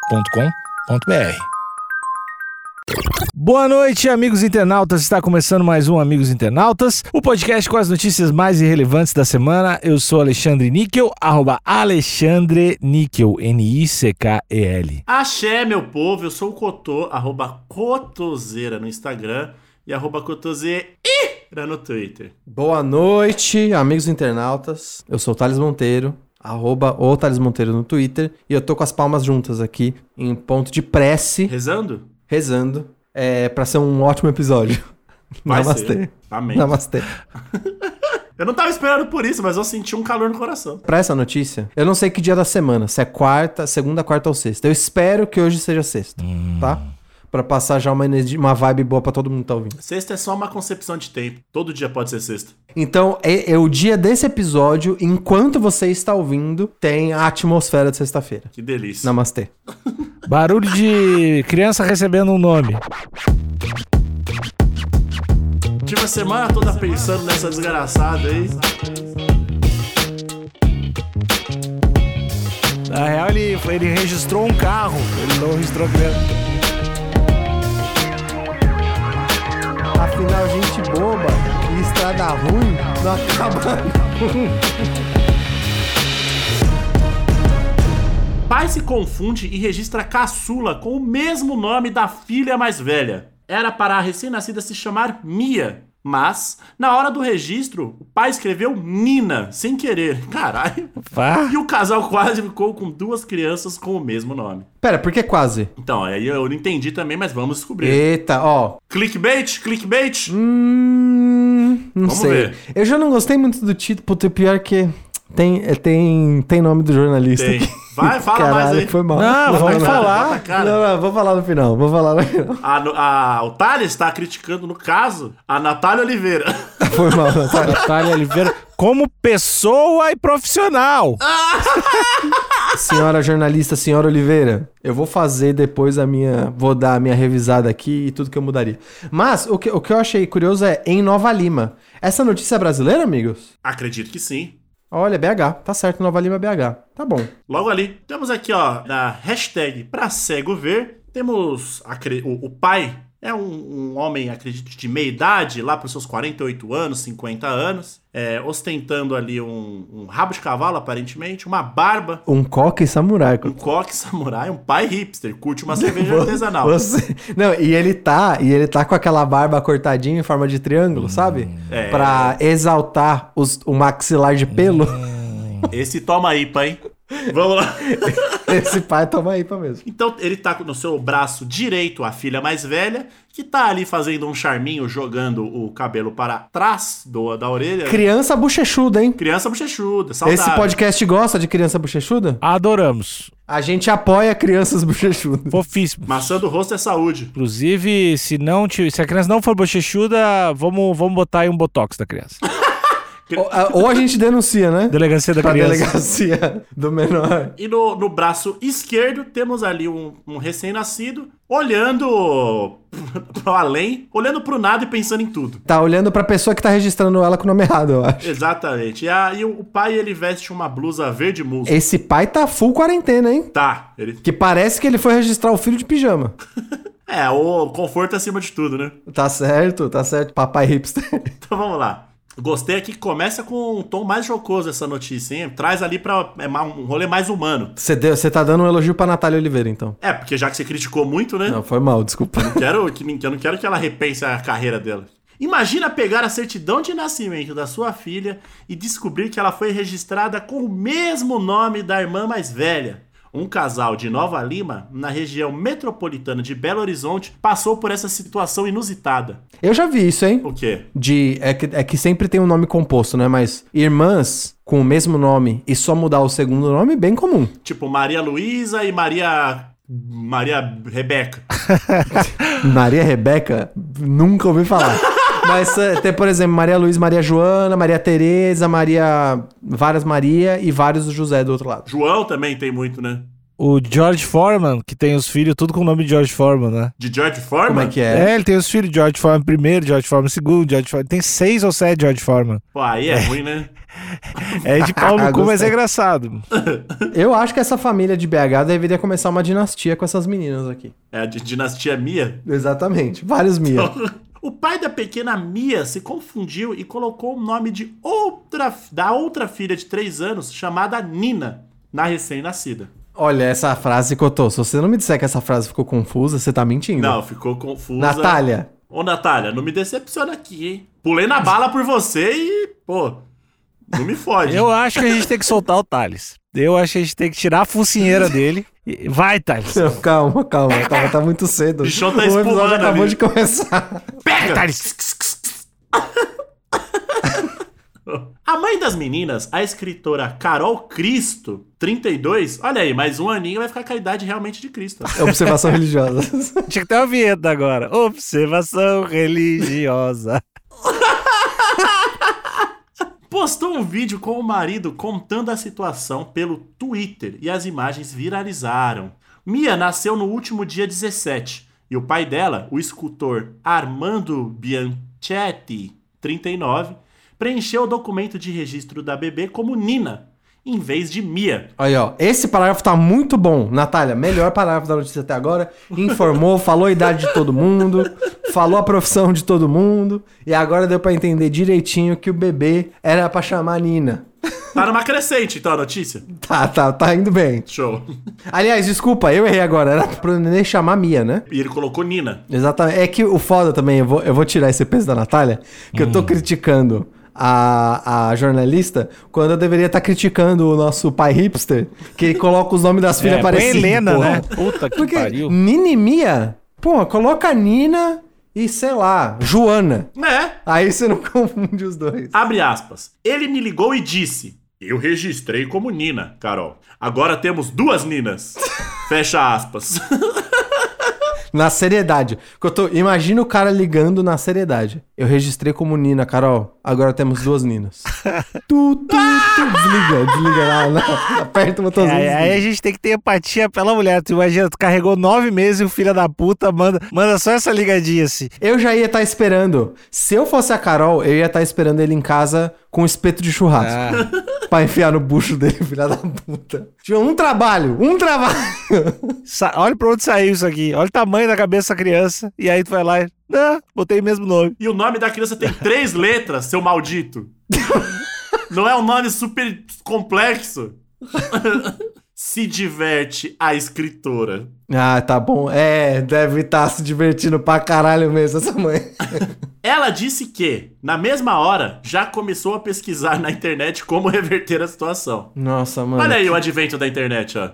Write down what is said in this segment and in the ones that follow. agenciadepodcast.com.br. Boa noite, amigos internautas. Está começando mais um Amigos Internautas, o podcast com as notícias mais irrelevantes da semana. Eu sou Alexandre Níquel, arroba Alexandre Níquel, N-I-C-K-E-L. Axé, meu povo, eu sou o Cotô, arroba Cotoseira no Instagram e arroba Cotoseira no Twitter. Boa noite, amigos internautas. Eu sou o Thales Monteiro, arroba o Thales Monteiro no Twitter, e eu tô com as palmas juntas aqui, em ponto de prece, Rezando? rezando, é, pra ser um ótimo episódio. Vai Namastê. ser. Amém. Namastê. Eu não tava esperando por isso, mas eu senti um calor no coração. Pra essa notícia, eu não sei que dia da semana, se é quarta, segunda, quarta ou sexta. Eu espero que hoje seja sexta, Hum. tá? Pra passar já uma, energia, uma vibe boa pra todo mundo que tá ouvindo. Sexta é só uma concepção de tempo. Todo dia pode ser sexta. Então, é, é o dia desse episódio, enquanto você está ouvindo, tem a atmosfera de sexta-feira. Que delícia. Namastê. Barulho de criança recebendo um nome. Tive a semana toda pensando nessa desgraçada aí. Na real, ele, ele registrou um carro, ele não registrou criança. Afinal, gente boba e estrada ruim não acaba. Pai se confunde e registra caçula com o mesmo nome da filha mais velha. Era para a recém-nascida se chamar Mia, mas na hora do registro, o pai escreveu Nina, sem querer. Caralho. Pá. E o casal quase ficou com duas crianças com o mesmo nome. Pera, por que quase? Então, aí eu não entendi também, mas vamos descobrir. Eita, ó. Clickbait, clickbait. Hum, não Vamos sei. ver. Eu já não gostei muito do título, puta, o pior é que tem, é, tem, tem nome do jornalista Tem. aqui. Vai, fala Caralho, mais aí. Foi mal. Não, vamos não, falar. Bota a cara. Não, não, vou falar no final, vou falar no final. A, no- a, o Thales está criticando, no caso, a Natália Oliveira. Foi mal, tá? sabe? Natália Oliveira, como pessoa e profissional. Senhora jornalista, senhora Oliveira, eu vou fazer depois a minha. Vou dar a minha revisada aqui e tudo que eu mudaria. Mas o que, o que eu achei curioso é em Nova Lima. Essa notícia é brasileira, amigos? Acredito que sim. Olha, BH. Tá certo, Nova Lima é BH. Tá bom. Logo ali. Temos aqui, ó, na hashtag pra cego ver. Temos a cre- o, o pai. É um, um homem, acredito, de meia idade, lá para os seus 48 anos, 50 anos, é, ostentando ali um, um rabo de cavalo, aparentemente, uma barba, Um coque samurai. um coque samurai, um pai hipster, curte uma cerveja artesanal. Você- Não, e ele tá, e ele tá com aquela barba cortadinha em forma de triângulo, sabe? é. Pra exaltar os- o maxilar de pelo. É. Esse toma aí, pai. Vamos lá. Esse pai toma aí pra mesmo. Então ele tá no seu braço direito a filha mais velha, que tá ali fazendo um charminho, jogando o cabelo para trás do, da orelha. Criança bochechuda, hein? Criança bochechuda, saudável. Esse podcast gosta de criança bochechuda? Adoramos. A gente apoia crianças bochechudas. Fofíssimo. Maçã do rosto é saúde. Inclusive, se não te- se a criança não for bochechuda, vamos, vamos botar aí um botox da criança. Ou, a- ou a gente denuncia, né? Delegacia da Pra criança. delegacia do menor. E no, no braço esquerdo temos ali um, um recém-nascido olhando pro além, olhando pro nada e pensando em tudo. Tá olhando pra pessoa que tá registrando ela com o nome errado, eu acho. Exatamente. E, a, e o, o pai ele veste uma blusa verde musgo. Esse pai tá full quarentena, hein? Tá. Ele... Que parece que ele foi registrar o filho de pijama. É, o conforto acima de tudo, né? Tá certo, tá certo, papai hipster. Então vamos lá. Gostei aqui que começa com um tom mais jocoso essa notícia, hein? Traz ali pra é, ma- um rolê mais humano. Você deu- você tá dando um elogio pra Natália Oliveira, então. É, porque já que você criticou muito, né? Não, foi mal, desculpa. Quero que, eu não quero que ela repense a carreira dela. Imagina pegar a certidão de nascimento da sua filha e descobrir que ela foi registrada com o mesmo nome da irmã mais velha. Um casal de Nova Lima, na região metropolitana de Belo Horizonte, passou por essa situação inusitada. Eu já vi isso, hein? O quê? De. É que, é que sempre tem um nome composto, né? Mas irmãs com o mesmo nome e só mudar o segundo nome, bem comum. Tipo Maria Luísa e Maria Maria Rebeca. Maria Rebeca, nunca ouvi falar. Mas eh, tem, por exemplo, Maria Luiz, Maria Joana, Maria Tereza, Maria. Várias Maria e vários José do outro lado. João também tem muito, né? O George Foreman, que tem os filhos tudo com o nome de George Foreman, né? De George Foreman? Como é que é? É, ele tem os filhos, George Foreman primeiro, George Foreman segundo, George Foreman... Tem seis ou sete George Foreman. Pô, aí é ruim, né? É de pau no cu, mas é Ah, Gostei. engraçado. Eu acho que essa família de BH deveria começar uma dinastia com essas meninas aqui. É a di- dinastia Mia. Exatamente. Vários Então- Mia. O pai da pequena Mia se confundiu e colocou o nome de outra, da outra filha de 3 anos, chamada Nina, na recém-nascida. Olha, essa frase, Cotô, se você não me disser que essa frase ficou confusa, você tá mentindo. Não, ficou confusa. Natália, Ô, Natália, não me decepciona aqui, hein? Pulei na bala por você e, pô, não me fode. Eu acho que a gente tem que soltar o Thales. Eu acho que a gente tem que tirar a focinheira dele. E- Vai, Thales. Não, calma, calma, calma, tá muito cedo. O bichão tá o espumando episódio acabou ali. de começar. Pega! Thales. A mãe das meninas, a escritora Carol Cristo, 32, olha aí, mais um aninho vai ficar com a idade realmente de Cristo. É observação religiosa. Tinha que ter uma vinheta agora. Observação religiosa. Postou um vídeo com o marido contando a situação pelo Twitter e as imagens viralizaram. Mia nasceu no último dia 17 e o pai dela, o escultor Armando Bianchetti, 39, preencheu o documento de registro da bebê como Nina, em vez de Mia. Olha, ó, esse parágrafo tá muito bom, Natália. Melhor parágrafo da notícia até agora. Informou, falou a idade de todo mundo, falou a profissão de todo mundo. E agora deu pra entender direitinho que o bebê era pra chamar Nina. Tá numa crescente, então, a notícia. Tá, tá, tá indo bem. Show. Aliás, desculpa, eu errei agora. Era pro neném chamar Mia, né? E ele colocou Nina. Exatamente. É que o foda também, eu vou, eu vou tirar esse peso da Natália, que Hum. eu tô criticando a, a jornalista quando eu deveria estar criticando o nosso pai hipster, que coloca os nomes das filhas põe parecidos. É, Helena, porra. né? Puta que Porque pariu. Ninimia, pô, coloca Nina e sei lá, Joana. É, Aí você não confunde os dois. Abre aspas. Ele me ligou e disse: Eu registrei como Nina, Carol. Agora temos duas Ninas. Fecha aspas. Na seriedade. Que eu tô- Imagina o cara ligando na seriedade. Eu registrei como Nina, Carol. Agora temos duas Ninas. tu, tu, tu. Desliga, desliga. Lá, lá. Aperta o botãozinho. Aí, É, aí desliga. a gente tem que ter empatia pela mulher. Tu imagina, tu carregou nove meses e o filho da puta manda, manda só essa ligadinha assim. Eu já ia estar esperando. Se eu fosse a Carol, eu ia estar esperando ele em casa com um espeto de churrasco. Ah. Pra enfiar no bucho dele, filha da puta. Tinha um trabalho, um trabalho. Sa- olha pra onde saiu isso aqui. Olha o tamanho da cabeça da criança. E aí tu vai lá e. Não, botei o mesmo nome. E o nome da criança tem três letras, seu maldito. Não é um nome super complexo. Se diverte a escritora. Ah, tá bom. É, deve estar se divertindo pra caralho mesmo essa mãe. Ela disse que, na mesma hora, já começou a pesquisar na internet como reverter a situação. Nossa, mano. Olha aí o advento da internet, ó.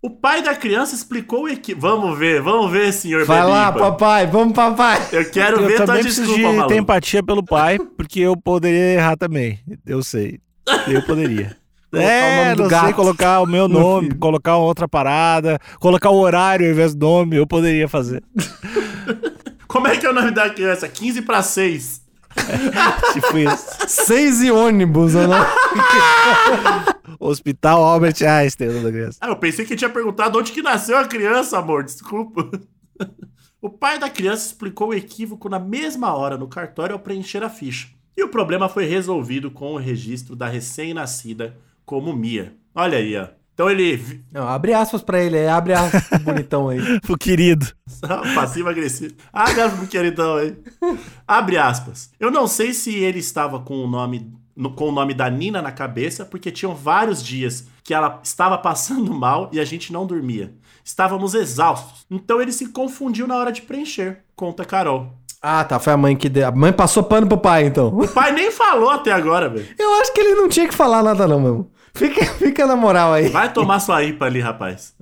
O pai da criança explicou o equi... Vamos ver, vamos ver, senhor Vai lá, Beliba. papai, vamos, papai. Eu quero eu ver tua também preciso desculpa, de maluco. ter empatia pelo pai, porque eu poderia errar também. Eu sei. Eu poderia. Colocar o é, nome do não sei gato colocar o meu no nome, filho. colocar outra parada, colocar o horário ao invés do nome, eu poderia fazer. Como é que é o nome da criança? 15 pra 6. Tipo isso. Seis e ônibus, né? ou não? Hospital Albert Einstein, o nome da criança. Ah, eu pensei que tinha perguntado onde que nasceu a criança, amor. Desculpa. O pai da criança explicou o equívoco na mesma hora no cartório ao preencher a ficha. E o problema foi resolvido com o registro da recém-nascida como Mia. Olha aí, ó. Então ele... vi- Não, abre aspas pra ele, aí, abre aspas pro bonitão aí. O querido. Passivo agressivo. Ah, gato do queridão aí. Abre aspas. Eu não sei se ele estava com o nome no- com o nome da Nina na cabeça, porque tinham vários dias que ela estava passando mal e a gente não dormia. Estávamos exaustos. Então ele se confundiu na hora de preencher, conta Carol. Ah, tá, foi a mãe que deu. A mãe passou pano pro pai, então. O pai nem falou até agora, velho. Eu acho que ele não tinha que falar nada, não, mesmo. Fica, fica na moral aí. Vai tomar sua IPA ali, rapaz.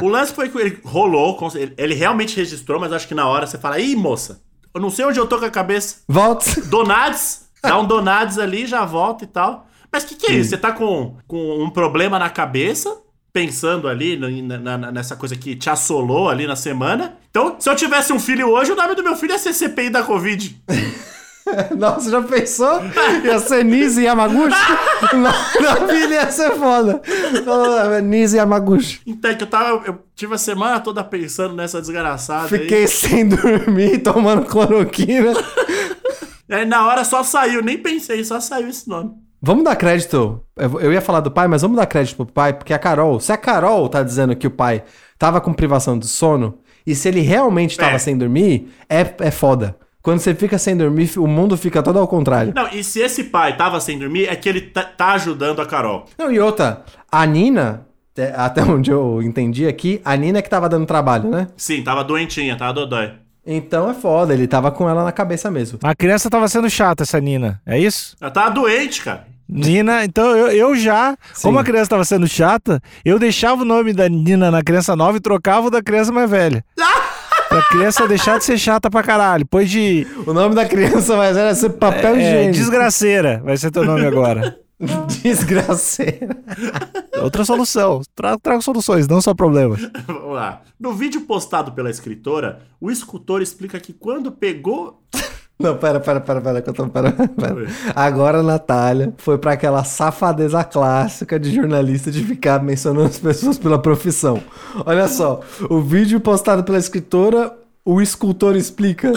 O lance foi que ele rolou, com- ele- ele realmente registrou, mas acho que na hora você fala, ih, moça, eu não sei onde eu tô com a cabeça. Volta. Donuts, dá um donuts ali, já volta e tal. Mas o que, que é isso? Você tá com, com um problema na cabeça, pensando ali no- na- na- nessa coisa que te assolou é ali na semana. Então, se eu tivesse um filho hoje, o nome do meu filho ia ser CPI da Covid. Nossa, já pensou? Ia ser Nise Yamaguchi? Não, não, filha, ia ser foda. Falou, Nise Yamaguchi. Então, é que eu tava. Eu tive a semana toda pensando nessa desgraçada. Fiquei sem dormir, tomando cloroquina. Aí. aí É, na hora só saiu, nem pensei, só saiu esse nome. Vamos dar crédito. Eu eu ia falar do pai, mas vamos dar crédito pro pai, porque a Carol, se a Carol tá dizendo que o pai tava com privação de sono, e se ele realmente tava É. sem dormir, é, é foda. Quando você fica sem dormir, o mundo fica todo ao contrário. Não, e se esse pai tava sem dormir, é que ele tá, tá ajudando a Carol. Não, e outra, a Nina, até- até onde eu entendi aqui, a Nina é que tava dando trabalho, né? Sim, tava doentinha, tava dodói. Então é foda, ele tava com ela na cabeça mesmo. A criança tava sendo chata, essa Nina. É isso? Ela tava doente, cara. Nina, então eu, eu já, Sim. como a criança tava sendo chata, eu deixava o nome da Nina na criança nova e trocava o da criança mais velha. pra criança deixar de ser chata pra caralho. Depois de. O nome da criança mais velha é ser papel É, higiênico. desgraceira, vai ser teu nome agora. Desgraceira. Outra solução. Tra trago soluções, não só problemas. Vamos lá. No vídeo postado pela escritora, o escultor explica que quando pegou. Não, pera, pera, pera, pera, que eu tô, pera, pera. Oi. Agora a Natália foi pra aquela safadeza clássica de jornalista de ficar mencionando as pessoas pela profissão. Olha só, o vídeo postado pela escritora, o escultor explica.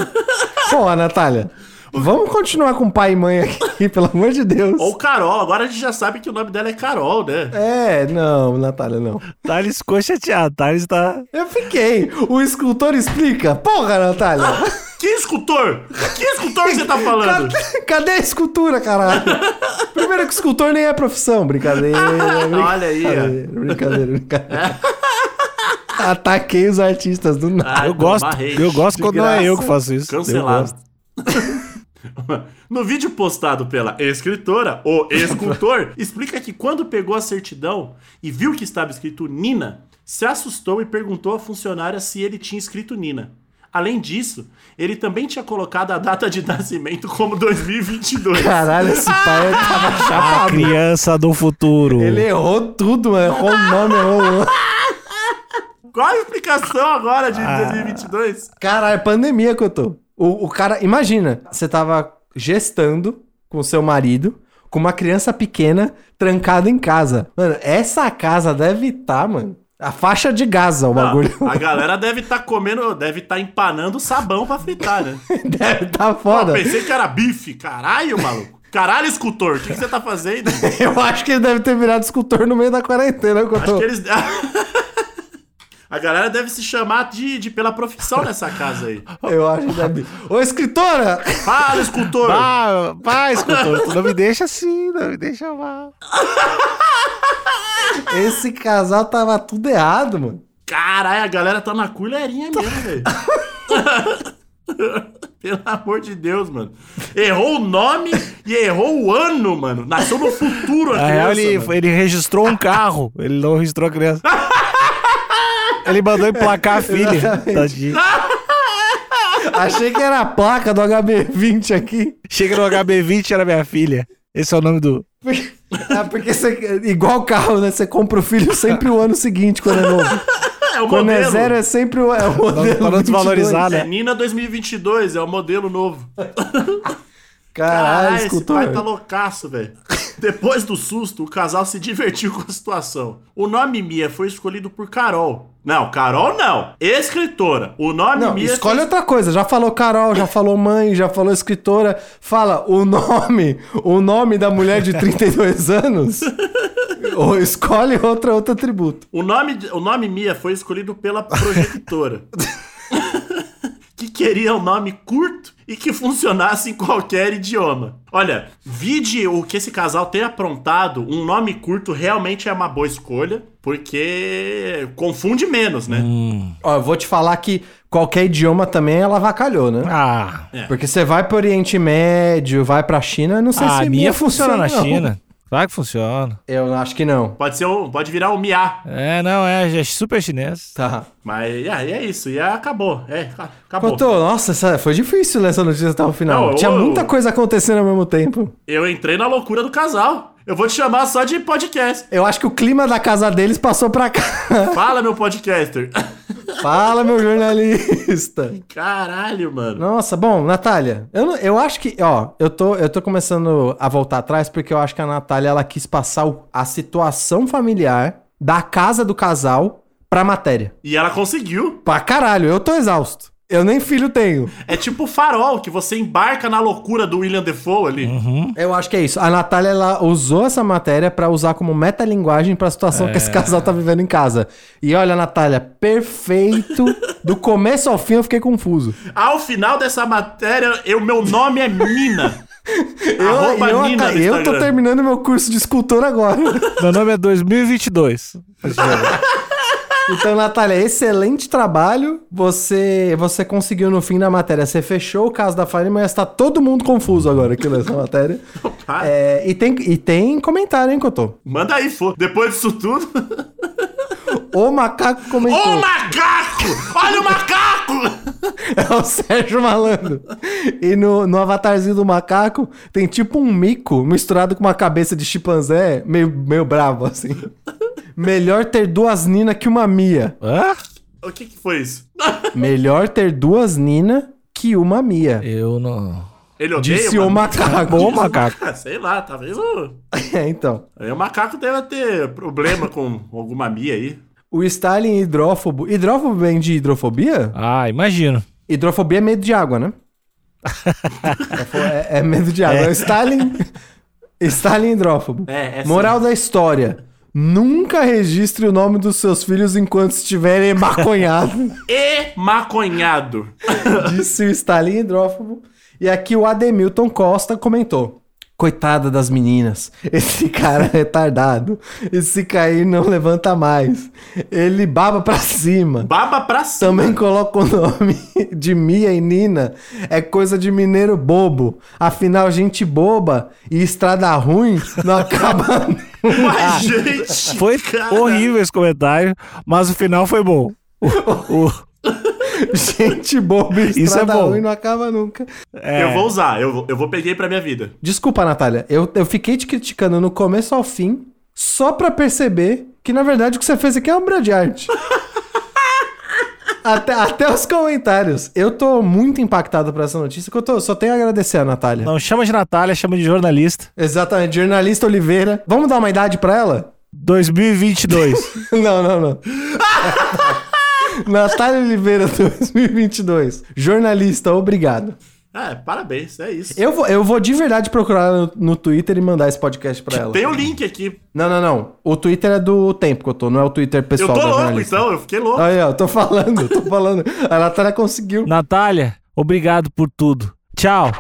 Pô, Natália, vamos continuar com pai e mãe aqui, pelo amor de Deus. Ou Carol, agora a gente já sabe que o nome dela é Carol, né? É, não, Natália, não. Thales ficou chateado. Thales tá. Eu fiquei. O escultor explica. Porra, Natália. Que escultor? Que escultor que você tá falando? Cadê, cadê a escultura, caralho? Primeiro que escultor nem é profissão. Brincadeira. Olha aí, ó. brincadeira, Brincadeira, brincadeira. Ataquei os artistas do nada. Ah, eu tomar gosto. hate. Eu gosto quando não é graça. eu que faço isso. Eu Cancelado. gosto. No vídeo postado pela escritora, o escultor explica que quando pegou a certidão e viu que estava escrito Nina, se assustou e perguntou à funcionária se ele tinha escrito Nina. Além disso, ele também tinha colocado a data de nascimento como 2022. Caralho, esse pai tava A chapado. criança do futuro. Ah, Ele errou tudo, mano. Errou o nome, errou o ano. Qual a explicação agora de Ah, 2022? Caralho, pandemia que eu tô. O, o cara, imagina, você tava gestando com seu marido, com uma criança pequena, trancada em casa. Mano, essa casa deve estar, mano. A faixa de Gaza, Ah. o bagulho. Não, a galera deve estar comendo, deve estar empanando sabão pra fritar, né? deve tá Pô, foda. pensei que era bife. Caralho, maluco. Caralho, escultor, o que, que você tá fazendo? Eu acho que ele deve ter virado escultor no meio da quarentena. Que eu Acho tô... que eles. A galera deve se chamar de, de- pela profissão nessa casa aí. Eu acho que deve. Ô, escritora! Fala, escultor! Ah, vai, escutou. Tu não me deixa assim, não me deixa mal. Esse casal tava tudo errado, mano. Caralho, a galera tá na colherinha mesmo, velho. Pelo amor de Deus, mano. Errou o nome e errou o ano, mano. Nasceu no É futuro a Na real, criança. ele, mano. ele registrou um carro. Ele não registrou a criança. Ele mandou emplacar a filha. Exatamente. Tadinho. Achei que era a placa do HB20 aqui. Chega no HB20, era minha filha. Esse é o nome do. Porque- Ah, porque você, igual carro, né? Você compra o filho sempre o ano seguinte quando é novo. É o Quando é modelo. zero é sempre o, é o modelo. pra não 22. desvalorizar, né? É Nina 2022, é o modelo novo. Caralho, esse escultor. pai tá loucaço, velho. Depois do susto, o casal se divertiu com a situação. O nome Mia foi escolhido por Carol. Não, Carol não. Escritora. O nome Não, Mia. escolhe outra coisa. Já falou Carol, já falou mãe, já falou escritora. Fala o nome, o nome da mulher de 32 anos. Ou escolhe outra, outro atributo. O nome, o nome Mia foi escolhido pela projetora. que queria um nome curto e que funcionasse em qualquer idioma. Olha, vide o que esse casal tem aprontado, um nome curto realmente é uma boa escolha, porque confunde menos, né? Hum. Ó, eu vou te falar que qualquer idioma também ela vacalhou, né? Ah, Porque você vai pro Oriente Médio, vai pra China, não sei Ah, a se minha, funciona na não. China. Claro que funciona. Eu acho que não. Pode ser um, pode virar um Mia. É, não, é, é super chinês. Tá. Mas é, é isso, e acabou. É, ca- acabou. Contou, nossa, essa- foi difícil ler essa notícia até o final. Não, Tinha eu- muita coisa acontecendo ao mesmo tempo. Eu entrei na loucura do casal. Eu vou te chamar só de podcast. Eu acho que o clima da casa deles passou pra cá. Fala, meu podcaster. Fala, meu jornalista. Caralho, mano. Nossa, bom, Natália, eu, não- eu acho que, ó, eu tô, eu tô começando a voltar atrás porque eu acho que a Natália, ela quis passar o- a situação familiar da casa do casal pra matéria. E ela conseguiu. Pra caralho, eu tô exausto. Eu nem filho tenho. É tipo farol, que você embarca na loucura do William Defoe ali. Eu acho que é isso. A Natália, ela usou essa matéria pra usar como metalinguagem pra situação que esse É. casal tá vivendo em casa. E olha, Natália, perfeito. Do começo ao fim eu fiquei confuso. Ao final dessa matéria, eu, meu nome é Mina. Eu, Arroba eu, Nina no eu tô Instagram. terminando meu curso de escultor agora. Meu nome é 2022. então, Natália, excelente trabalho. Você você conseguiu no fim da matéria. Você fechou o caso da Fire, mas tá todo mundo confuso agora aqui nessa matéria. Para. É, e, tem, e tem comentário, hein, Cotô? Tá? Manda aí, fô. Depois disso tudo. O macaco Ô, comentou. macaco! Olha o macaco! É o Sérgio Malandro. E no, no avatarzinho do macaco tem tipo um mico misturado com uma cabeça de chimpanzé meio, meio bravo, assim. Melhor ter duas Nina que uma Mia. Hã? O que que foi isso? Melhor ter duas Nina que uma Mia. Eu não. Ele odeia Disse o macaco. Ô, macaco. Ah, sei lá, talvez o... É, então. aí o macaco deve ter problema com alguma mia aí. O Stalin hidrófobo. Hidrófobo vem de hidrofobia? Ah, imagino. Hidrofobia é medo de água, né? é, é medo de água. É. o Stalin. Stalin hidrófobo. É, é Moral da história. Nunca registre o nome dos seus filhos enquanto estiverem maconhados, E maconhado. disse o Stalin hidrófobo. E aqui o Ademilton Costa comentou. Coitada das meninas. Esse cara é retardado. E se cair, não levanta mais. Ele baba pra cima. Baba pra cima. Também coloca o nome de Mia e Nina. É coisa de mineiro bobo. Afinal, gente boba e estrada ruim não acaba. Ah, Mas, gente... Foi cara, horrível esse comentário, mas o final foi bom. O- o- gente boba e Isso é estrada bom. ruim não acaba nunca. é, Eu vou usar, eu vou, eu vou peguei pra minha vida. Desculpa, Natália. Eu, eu fiquei te criticando no começo ao fim só pra perceber que, na verdade, o que você fez aqui é obra de arte. Até, até os comentários. Eu tô muito impactado por essa notícia, que eu tô- só tenho a agradecer a Natália. É. Não chama de Natália, chama de jornalista. Exatamente, jornalista Oliveira. Vamos dar uma idade pra ela? 2022. Não, não, não. Natália Oliveira 2022. Jornalista, obrigado. É, parabéns, é isso. Eu vou, eu vou de verdade procurar ela no, no Twitter e mandar esse podcast pra ela. Tem um- o link aqui. Não, não, não. O Twitter é do tempo que eu tô, não é o Twitter Eu pessoal tô da louco, jornalista. então, eu fiquei louco. Aí, ó, eu tô falando, eu tô falando. A Natália conseguiu. Natália, obrigado por tudo. Tchau.